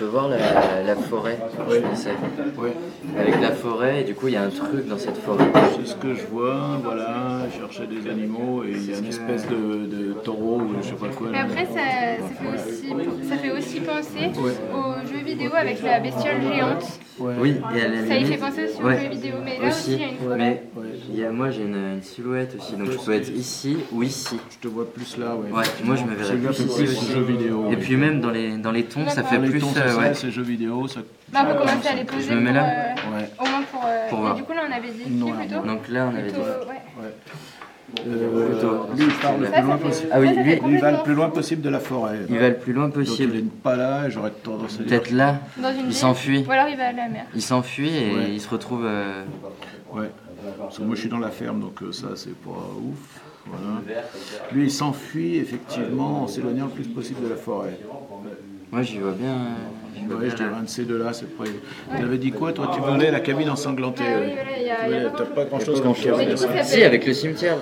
peux voir la, la forêt, je finissais. Oui, Avec la forêt, et du coup, il y a un truc dans cette forêt. c'est ce que je vois, voilà, je cherchais des animaux et il y a une espèce de, de taureau ou je sais pas quoi. Mais là. après, ça, ça fait aussi, ça fait aussi penser aux jeux vidéo avec la bestiole géante. Ouais. Oui, il y a la Ça y limite. fait penser aussi aux Ouais. jeux vidéo. Mais là aussi, il y a une mais il y a- moi j'ai une, une silhouette aussi, donc je peux être ici ou ici. Je te vois plus là, ouais. Ouais, moi je me verrais Celui-là plus fait ici plus aussi. jeu vidéo. Et puis même dans les, dans les tons, ça fait les plus. tons, euh, ça, ouais. c'est jeux vidéo, ça. Bah, faut commencer à les poser me mets pour, là. euh, Ouais. au moins pour. euh, Pour et voir. du coup, là, on avait dit qui Non, plutôt. Donc là on avait Plutôt, dit. ouais. Euh, Plutôt. lui, il part le Ça, plus ça loin fait- possible. Ah oui, ça, ça lui, fait il va Lui, il va complètement le plus loin possible de la forêt. Il va le plus loin Donc, il n'est possible. pas là et j'aurais tendance à dire. Peut-être là, dans une ville. il s'enfuit. Ou alors il va à la mer. Il s'enfuit et Ouais. il se retrouve. euh, Ouais. Parce que moi, je suis dans la ferme, donc euh, ça, c'est pas ouf. Voilà. Lui, il s'enfuit effectivement en s'éloignant le plus possible de la forêt. Moi j'y vois bien. euh, j'y vois Ouais, je bien dirais là. un de ces deux-là, c'est près. Tu avais dit quoi Toi, tu voulais la cabine ensanglantée. Ah oui, ouais. voilà, il y a- Tu il y a voulais- pas T'as pas grand-chose grand-chose. dans le Mais du coup, cabine. ça Si, fait. avec le cimetière.